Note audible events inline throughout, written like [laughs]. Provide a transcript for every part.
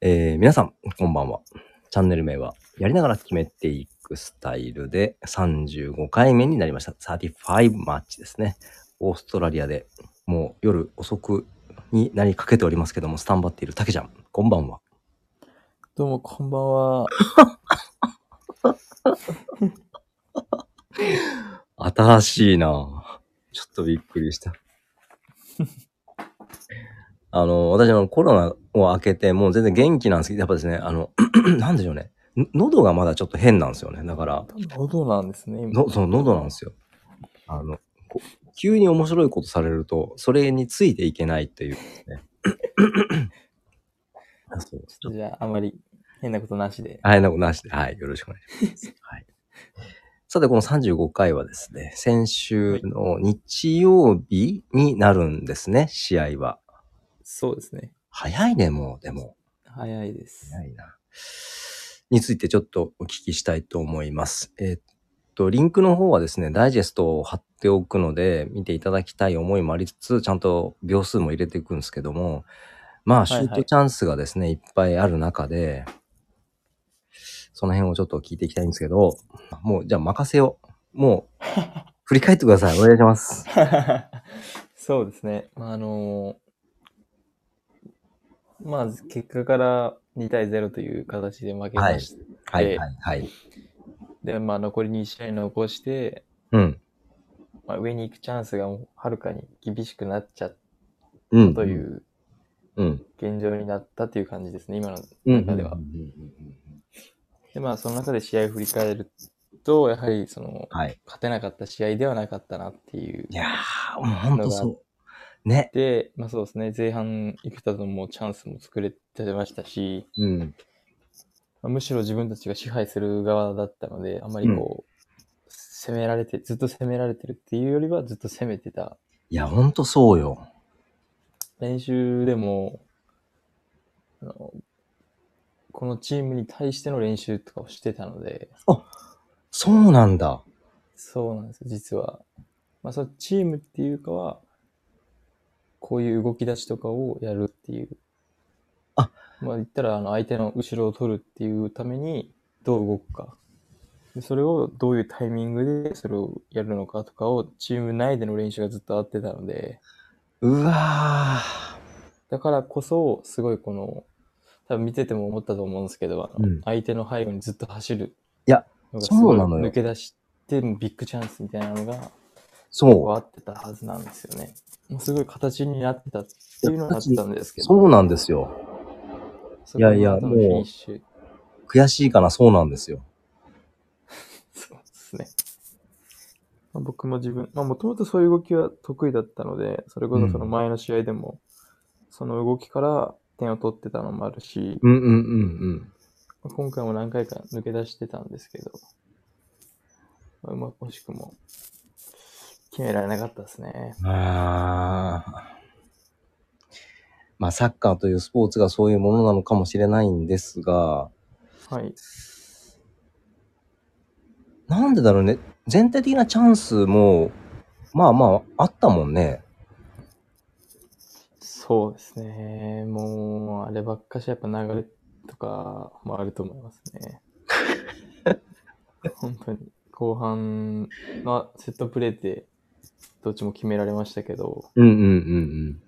えー皆さん、こんばんは。チャンネル名は、やりながら決めていくスタイルで、35回目になりました。35マッチですね。オーストラリアでもう夜遅くになりかけておりますけども、スタンバっているたけちゃん、こんばんは。どうも、こんばんは。新しいなぁちょっとびっくりした。 [laughs] あの、私のコロナを明けて、もう全然元気なんですけど、やっぱですね、あの、 [clears throat] なんでしょうね。の喉がまだちょっと変なんですよね。だから、喉なんですね、今。の、その喉なんですよ。あの、こう急に面白いことされると、それについていけないっていうね。あそうですじゃあ、あまり変なことなしで。はい、なことなしで、はい、よろしくお願いします。はい。さて、この35回はですね、先週の日曜日になるんですね、試合は。そうですね。早いね、もう、でも。早いです。早いな。についてちょっとお聞きしたいと思います。えっと、リンクの方はですね、ダイジェストを貼っておくので、見ていただきたい思いもありつつ、ちゃんと秒数も入れていくんですけども、まあ、シはいュはいートチャンスがですね、いっぱいある中で、その辺をちょっと聞いていきたいんですけど、もう、じゃあ任せよう。もう、 [laughs] 振り返ってください。お願いします。そうですね。まあ、あのーまあ、結果から2対0という形で負けまして、はい、はい、はい。で、まあ、残り2試合残して、うん。まあ、上に行くチャンスがもうはるかに厳しくなっちゃっうん。たとい。ううん。現状になったという感じですね、今のうん。中では。で、まあ、その中で試合を振り返ると、やはり、その、はい。勝てなかった試合ではなかったなっていうい。やー、もうほんとそう。ね。で、まあそうですね、前半幾多ともチャンスも作れてましたし、うん。まあむしろ自分たちが支配する側だったので、あまりこう、攻められて、ずっと攻められてるっていうよりはずっと攻めてた。いや、ほんとそうよ。練習でも、あのこのチームに対しての練習とかをしてたので、そうなんだ。そうなんですよ、実は。まあ、そのチームっていうかは、こういう動き出しとかをやるっていう。あまあ、言ったら、あの、相手の後ろを取るっていうために、どう動くか。でそれをどういうタイミングでそれをやるのかとかをチーム内での練習がずっとあってたので、うわー。だからこそ、すごいこの、多分見てても思ったと思うんですけど、あのうん相手の背後にずっと走る。いや、すごそいうなのよ抜け出して、ビッグチャンスみたいなのが、そう。合ってたはずなんですよね。もうすごい形になってたっていうのがあったんですけど。そうなんですよ。そこのいやいや後のフィニッシュ。悔しいかな、そうなんですよ。そうですね。まあ、僕も自分、まあもともとそういう動きは得意だったので、それこそその前の試合でも、その動きから点を取ってたのもあるし、うんうんうんまあ今回も何回か抜け出してたんですけど、まあ、うまく惜しくも決められなかったですね。うん。あー。まあ、サッカーというスポーツがそういうものなのかもしれないんですが、はい。なんでだろうね。全体的なチャンスも、まあまあ、あったもんね。そうですね。もう、あればっかしやっぱ流れとかもあると思いますね。本当に。後半のセットプレーでどっちも決められましたけど、うんうんうん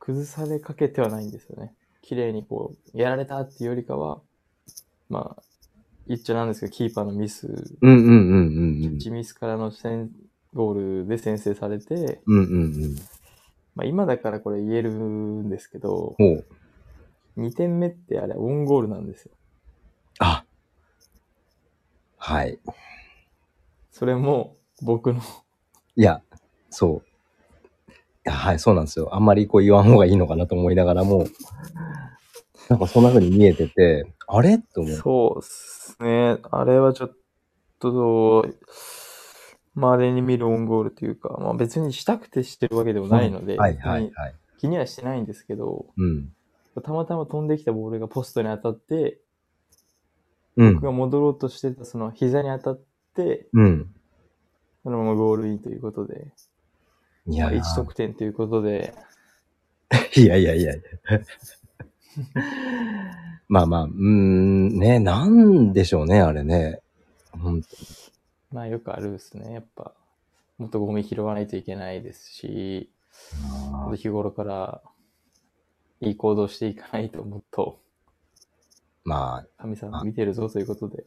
崩されかけてはないんですよね。綺麗にこう、やられたっていうよりかは、まあ、言っちゃなんですけど、キーパーのミス、うん。うんうんうんうんうん。チミスからの先ゴールで先制されて、うんうんうん。まあ今だからこれ言えるんですけど、ほう。 2点目ってあれオウンゴールなんですよ。あ。はい。それも僕のいや、そう。いやはい、そうなんですよ。あんまりこう言わん方がいいのかなと思いながらも、なんかそんな風に見えてて、あれと思う。そうっすねあれはちょっとまあ、あれに見るオウンゴールというか、まあ、別にしたくてしてるわけでもないので、はいはいはい。気にはしてないんですけどうん。たまたま飛んできたボールがポストに当たってうん僕。が戻ろうとしてたその膝に当たってうん。そのままゴールインということで、いまやあ、 [laughs] ー、 1得点ということでいやいやいやいや。 [laughs] まあまあ、うーん、ね、なんでしょうね、あれね。ほんとまあよくあるですね。やっぱ、もっとゴミ拾わないといけないですし、日頃からいい行動していかないともっとまあ、神さん見てるぞということで。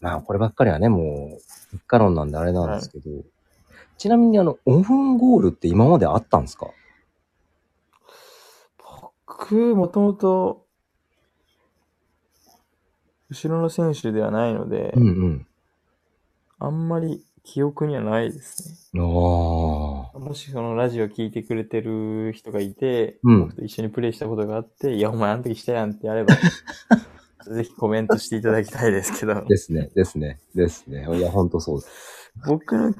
まあ、こればっかりはね、もう、一家論なんであれなんですけど、ちなみにあの、オウンゴールって今まであったんですか僕、もともと、後ろの選手ではないので、うんあんまり記憶にはないですね。うん。ああ。もしそのラジオ聞いてくれてる人がいて、うん僕と一緒にプレイしたことがあって、いや、お前あの時したやんって [laughs] やれば、ぜひコメントしていただきたいですけど、ですね、ですね、ですね。いや、ほんとそうです。僕の、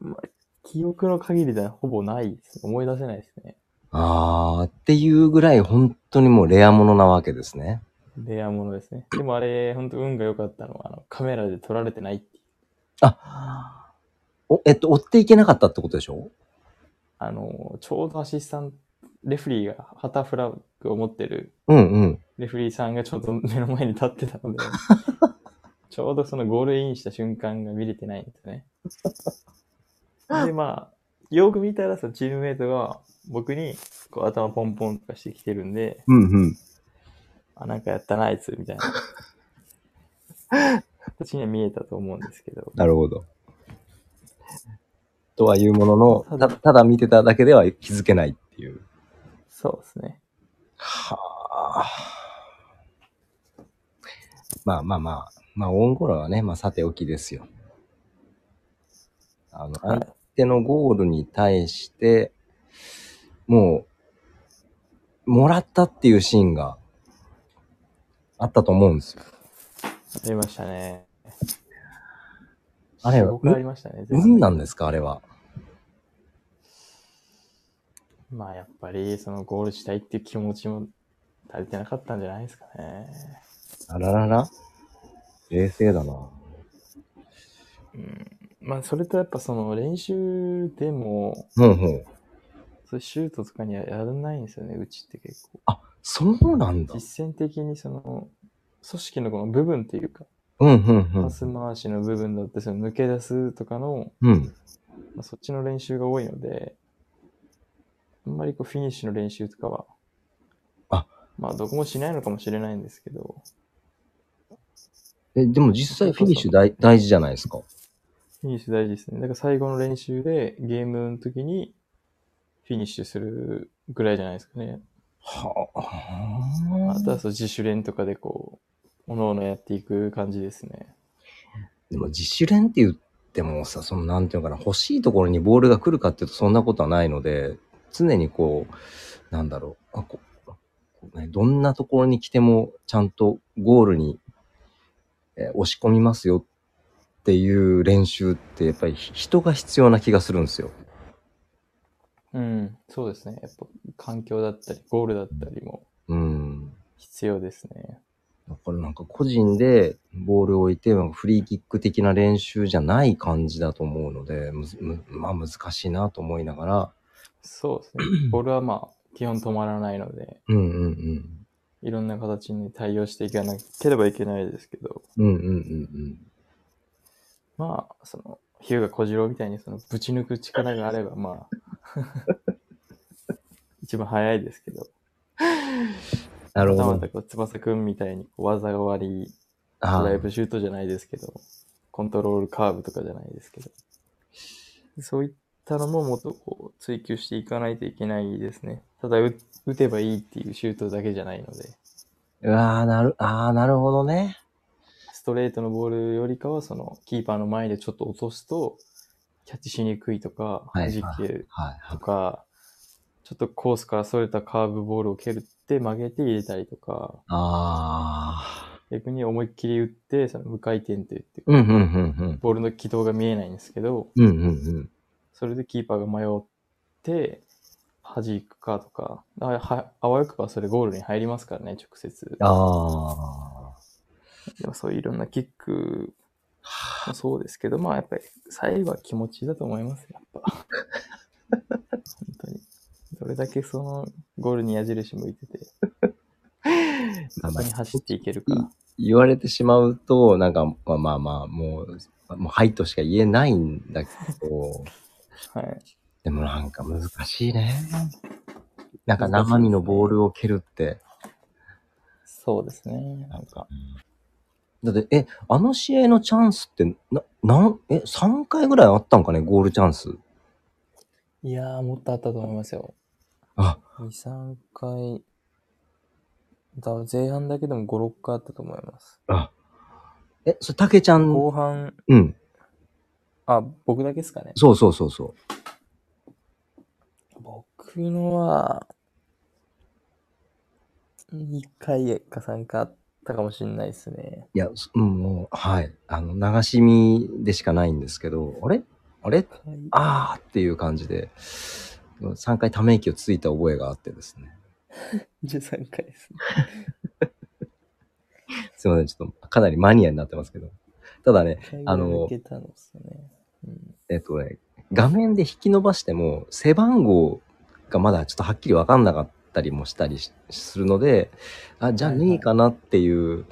まあ記憶の限りではほぼないです。思い出せないですね。ああ、っていうぐらい、本当にもうレアものなわけですね。レアものですね。でもあれ、本当運が良かったのは、あのカメラで撮られてないっていうあ、お、えっと、追っていけなかったってことでしょあの、ちょうどアシスタント、レフリーが旗フラッグを持ってるうんうん。レフリーさんがちょっと目の前に立ってた [laughs] ので、ちょうどそのゴールインした瞬間が見れてないんですね。で、まあ、よく見たら、そのチームメイトが僕にこう頭ポンポンとかしてきてるんで、うんうん。あ、なんかやったな、あいつ、みたい [laughs] な。私には見えたと思うんですけど、なるほど。とはいうものの、たただ見てただけでは気づけないっていう。そうですね。はあ。まあまあまあ、まあ、オウンゴールはね、まあ、さておきですよ。あの、はい相手のゴールに対して、もう、もらったっていうシーンがあったと思うんですよ。ありましたね。あれは僕ありましたね。全部運なんですか、あれは。まあやっぱりそのゴールしたいっていう気持ちも足りてなかったんじゃないですかね。あららら冷静だな。うん、まあそれとやっぱその練習でもほうほう。そういうシュートとかにはやらないんですよね、うちって結構。あ、そうなんだ。実践的にその組織のこの部分っていうか、うん、うん、うパん。ス回しの部分だってその抜け出すとかの、うん。まあ、そっちの練習が多いので、あんまりこうフィニッシュの練習とかは、あまあどこもしないのかもしれないんですけど、え、でも実際フィニッシュ大大事じゃないですか。フィニッシュ大事ですね。だから最後の練習でゲームの時にフィニッシュするぐらいじゃないですかね。はまあ、ああとはそう自主練とかでこう、おのおのやっていく感じですね。でも自主練って言ってもさ、そのなんていうのかな、欲しいところにボールが来るかっていうとそんなことはないので、常にこう、なんだろう、あここうね、どんなところに来てもちゃんとゴールに、えー押し込みますよっていう練習ってやっぱりひ人が必要な気がするんですよ。うん、そうですね。やっぱ環境だったり、ゴールだったりもうん。必要ですね。だからなんか個人でボールを置いて、フリーキック的な練習じゃない感じだと思うので、むずむまあ難しいなと思いながら、そうですね。ボールはまあ基本止まらないので、うんうんうん。いろんな形に対応していかなければいけないですけど、うんうんうんまあ、その、ヒューガ小次郎みたいにそのぶち抜く力があれば、まあ、 [laughs] 一番早いですけど、うん。なるまたほまど。たこう翼くんみたいにこう技が悪いあドライーブシュートじゃないですけど、コントロールカーブとかじゃないですけど、そういったのももっとこう追求していかないといけないですね。ただ打、打てばいいっていうシュートだけじゃないので、うわーなる、ああ、なるほどね。ストレートのボールよりかは、その、キーパーの前でちょっと落とすと、キャッチしにくいとか、は弾いけるはいはとい。か、ちょっとコースからそれたカーブボールを蹴るって曲げて入れたりとか、ああ。逆に思いっきり打って、その無回転と言って、うんうんうんボールの軌道が見えないんですけど、うん。うんうんうん。それでキーパーが迷って、弾くかとか、あはあわよくばそれゴールに入りますからね、直接。あでもそういういろんなキックあ。もそうですけど、まあや [laughs] っぱり最後は気持ちだと思います、やっぱ。本当に。れだけそのゴールに矢印向いてて、まあそまこあに走っていけるから。言われてしまうと、なんか、まあまあまあ、もう、もう、はいとしか言えないんだけど、はい。でもなんか難しいね。なんか生身のボールを蹴るって、そうですね。なんか。だって、え、あの試合のチャンスって、な、なん、え、3回ぐらいあったんかね、ゴールチャンス。いやー、もっとあったと思いますよ。あ、 2、3回、だ前半だけでも5、6回あったと思います。あ。え、それ、たけちゃん、後半、うん。あ、僕だけですかね。そうそうそうそう。僕のは、2回か3回あったかもしれないですね。いや、そうんもう、はい。あの、流し見でしかないんですけど、あれあれああーっていう感じで、3回ため息をついた覚えがあってですね。 13回ですね。すいません、ちょっとかなりマニアになってますけど。ただね、あの抜けたのっすね。うんえっとね、画面で引き伸ばしても、背番号がまだちょっとはっきりわかんなかったりもしたりしするので、あ、じゃあはいはい2位かなっていう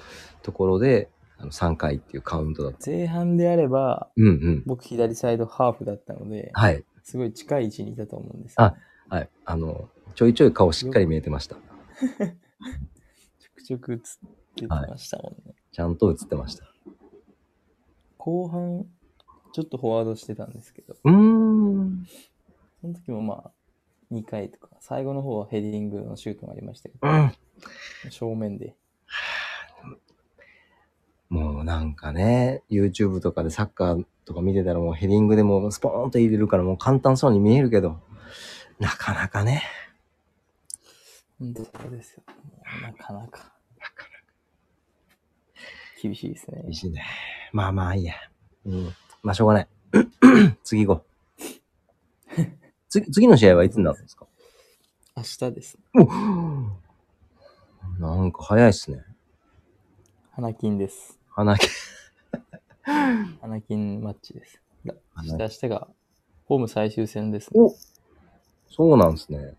ところで、あの3回っていうカウントだった。前半であれば、うんうん。僕左サイドハーフだったので、はい。すごい近い位置にいたと思うんですよ、はい。あの、ちょいちょい顔しっかり見えてました。ちょくちょく映ってきましたもんね。ちゃんと映ってました。後半、ちょっとフォワードしてたんですけど、うーん。その時もまあ、2回とか、最後の方はヘディングのシュートもありましたけうん。ど、正面で。もうなんかね、YouTube とかでサッカーとか見てたらもうヘディングでもうスポーンと入れるからもう簡単そうに見えるけど、なかなかね。本当そうですよ。もうなかなか。厳しいですね厳。しいね。まあまあいいや。うん。まあしょうがない。 [clears throat] 次行こう。 [laughs] 次、次の試合はいつになるんですか明日です。なんか早いっすね。花金です。花毛。花金マッチです。だそ花し金て明日が、ホーム最終戦ですね。おそうなんですね。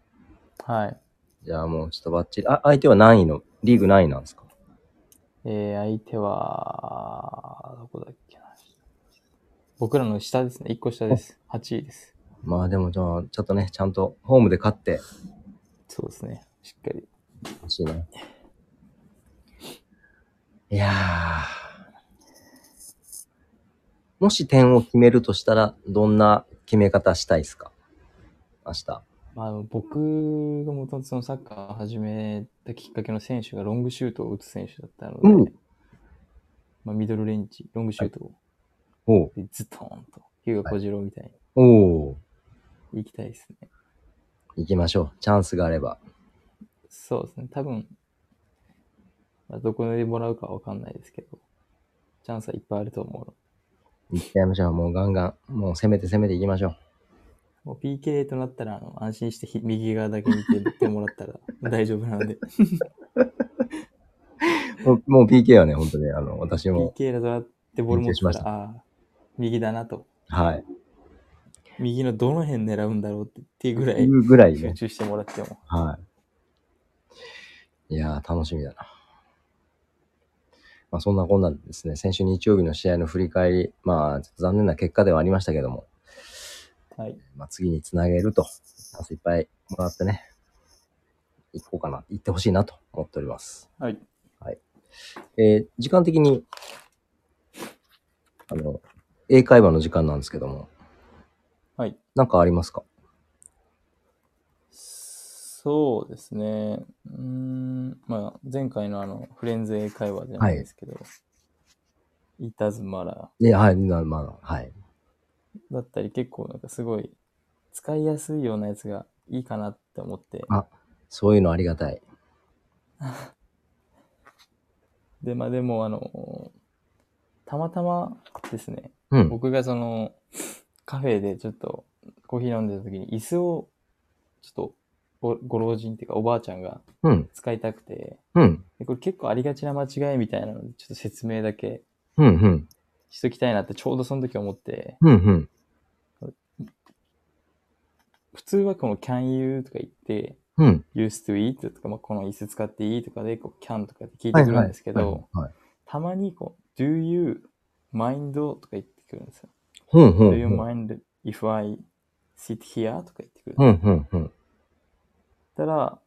はい。じゃあもうちょっとバッチリ。あ、相手は何位の、リーグ何位なんですかえー、相手は、どこだっけな。僕らの下ですね。1個下です。8位です。まあでもじゃあ、ちょっとね、ちゃんとホームで勝って、そうですね。しっかり。欲しいね。いやー。もし点を決めるとしたら、どんな決め方したいですか明日。まあ、あの僕がもともとそのサッカーを始めたきっかけの選手がロングシュートを打つ選手だったので、うんまあ、ミドルレンジ、ロングシュートをおうでズトーンと、ヒューガ小次郎みたいおうに行きたいですね。行きましょう。チャンスがあれば。そうですね、多分、まあ、どこでもらうかはわかんないですけど、チャンスはいっぱいあると思うの。行っちゃいましょう。もうガンガン。もう攻めて攻めていきましょう。もう PK となったら、あの安心してひ右側だけ見てってもらったら大丈夫なの [laughs] で、もうもう PK はね、本当に、あの、私も、 PK だとなってボール持って緊張しましたら、ああー、右だなと、はい。右のどの辺狙うんだろうってっていうぐらいいうぐらい集ね。中してもらっても。はい。いやー、楽しみだな。まあ、そんなこんなでですね、先週日曜日の試合の振り返り、まあ、ちょっと残念な結果ではありましたけども、はい。まあ、次につなげると、チャンスいっぱいもらってね、行こうかな、行ってほしいなと思っております。はい。えー時間的に、あの、英会話の時間なんですけども、はい。なんかありますかそうですね。うーん、まあ、前回のあの、フレンズ英会話じゃないですけど、い、たずまらいや、はい、なまあ、はい。だったり、結構なんかすごい、使いやすいようなやつがいいかなって思って、あそういうのありがたい。で、まあでも、あの、たまたまですね、うん。僕がその、カフェでちょっとコーヒー飲んでた時に、椅子を、ちょっとご、ご老人っていうかおばあちゃんがうん。使いたくて、うん。でこれ結構ありがちな間違いみたいなので、ちょっと説明だけうん。うん。しときたいなってちょうどその時思って、うん。うん。普通はこの can you とか言って、うん。 used to eat とか、まあ、この椅子使っていいとかで、こう can とかって聞いてくるんですけど、はいはい。たまにこう、do you mind とか言ってくるんですよ。ほんほん do you ほん。 mind if I sit here? とか言ってくる。うんほんほん。たら、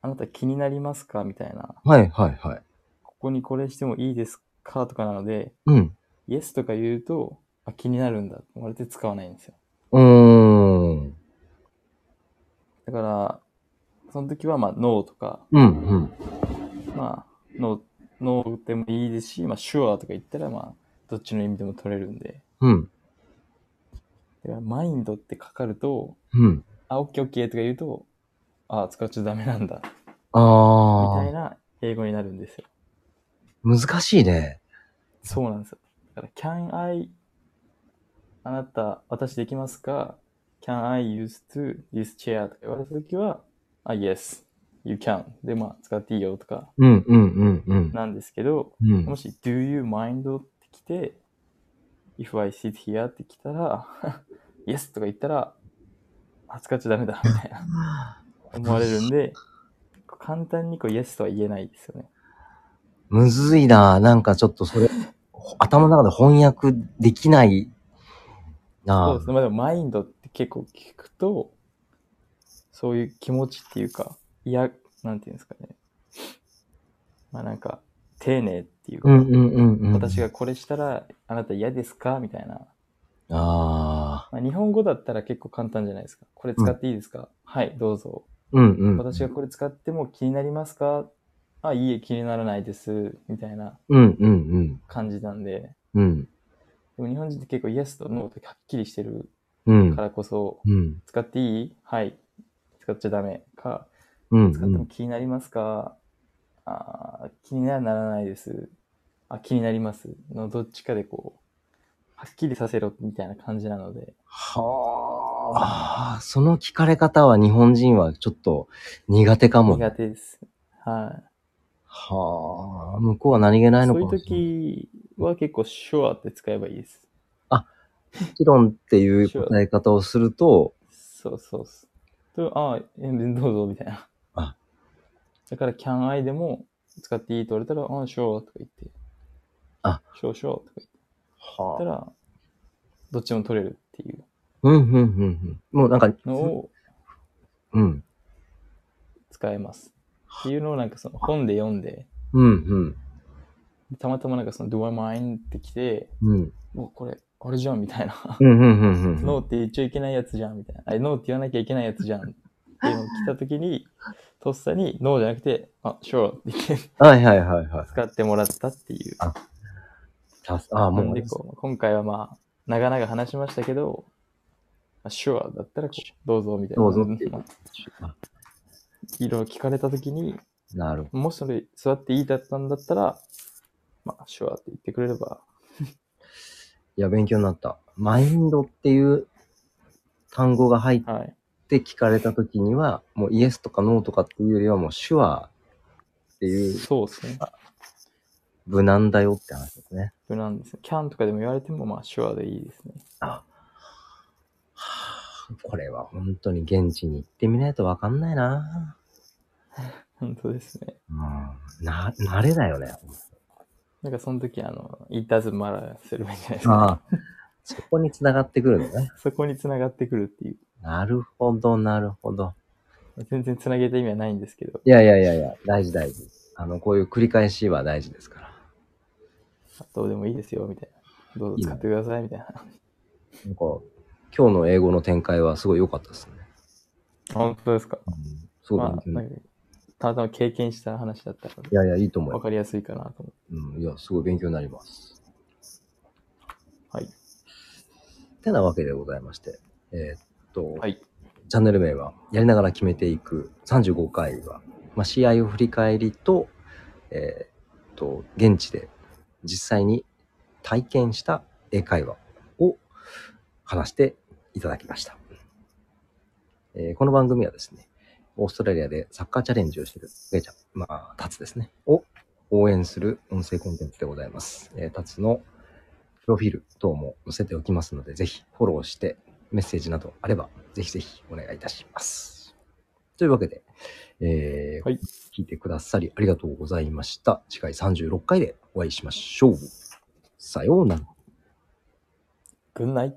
あなた気になりますかみたいな。はいはいはい。ここにこれしてもいいですかとかなので、うん。 yes とか言うと、あ、気になるんだと思われて使わないんですよ。うーん。だから、その時は、まあ、no とか、うんうん。まあ、no、no でもいいですし、まあ、sure とか言ったら、まあ、どっちの意味でも取れるんで。うん。だから、マインドってかかると、うん。あ、オッケーオッケーとか言うと、あ、使っちゃダメなんだ、みたいああ。な英語になるんですよ。難しいね。そうなんですよ。だから、can I, あなた、私できますか ?can I use to this chair? とか言われたときは、あ、yes, you can. で、まあ、使っていいよとか、うんうんうんうん。なんですけど、うんもし、do you mind? って来て、if I sit here? って来たら、yes とか言ったら、あ、使っちゃダメだ、みた [laughs] いな。思われるんで、簡単にこう Yes とは言えないですよね。むずいな。なんかちょっとそれ、ほ頭の中で翻訳できないそうなですね。まあでもマインドって結構聞くと、そういう気持ちっていうか、いや、なんていうんですかね。まあなんか、丁寧っていうか、うんうんうんうん。私がこれしたらあなた嫌ですかみたいな。ああ。まあ、日本語だったら結構簡単じゃないですか。これ使っていいですか、はい、どうぞ。うんうん。私がこれ使っても気になりますかあ、いいえ、気にならないです。みたいなうんうん感じなんで。うん。うん。でも日本人って結構イエスとノーってはっきりしてるうんか。らこそ、うん。使っていいはい。使っちゃダメか、うん。使っても気になりますか、あー気にならならないです。あ、気になります。のどっちかでこう、はっきりさせろみたいな感じなので、はあ。その聞かれ方は日本人はちょっと苦手かも。苦手です。はい。はあ。向こうは何気ないのそかういもうしれない時は結構シュアって使えばいいです。議論っていう答え方をすると、そうそうそう。と、ああ、えどうぞみたいな。あだから、can I でも使っていいと言われたら、ああ、sure とか言って。あ、 sure, sure とか言っはたら、どっちも取れるっていううん、うん、うん、うん。もうなんか、のをうん、使えます。っていうのをなんかその本で読んで、うん、たまたまなんかその do I mind ってきて、うん、うん、もうこれ、あれじゃんみたいな。うん、うん、うん、うん。ノーって言っちゃいけないやつじゃんみたいな。あれ、ノーって言わなきゃいけないやつじゃん。っていうのが来たときに、とっさにノーじゃなくて、あ、sure って言ってはいはいはいはい。使ってもらったっていう。たすあ、なもんうで、こう今回はまあ、長々話しましたけど、まあ、手話だったらこうどうぞみたいな。どうぞっていうまあいろいろ聞かれたときに、なるほど。もしそれ座っていいだったんだったら、まあ、手話って言ってくれれば、いや、勉強になった。マインドっていう単語が入っはい。て聞かれたときには、もうイエスとかノーとかっていうよりは、もう手話っていうそうですね。無難だよって話ですね。無難ですね。can とかでも言われても、まあ、手話でいいですね。あ、はあ、これは本当に現地に行ってみないとわかんないな。本当ですね。うん、な、慣れだよね。なんかその時、あの、it doesn't matter すればいいんじゃないですか。ああ、 [laughs] そこに繋がってくるのね。そこに繋がってくるっていう。なるほど、なるほど。全然繋げた意味はないんですけど、いやいやいやいや、大事大事。あの、こういう繰り返しは大事ですから。どうでもいいですよ、みたいな。どうぞ使ってください、みたいな。なんか、今日の英語の展開はすごい良かったですね。本当ですか。すごいま勉あ、強にななる、んかたまたま経験した話だったのいで、やいや、いいと思いわます。かりやすいかなと思って。うん、いや、すごい勉強になります。はい。てなわけでございまして、えーっと、はい。チャンネル名は、やりながら決めていく35回は、まあ、試合を振り返りと、えーっと、現地で実際に体験した英会話を話していただきました。えーこの番組はですね、オーストラリアでサッカーチャレンジをしている、ゲイちゃん、まあ、タツですね、を応援する音声コンテンツでございます。えー、タツのプロフィール等も載せておきますので、ぜひフォローしてメッセージなどあれば、ぜひぜひお願いいたします。というわけで、えーはい聞いてくださりありがとうございました。次回36回でお会いしましょう。さようなら。ぐんない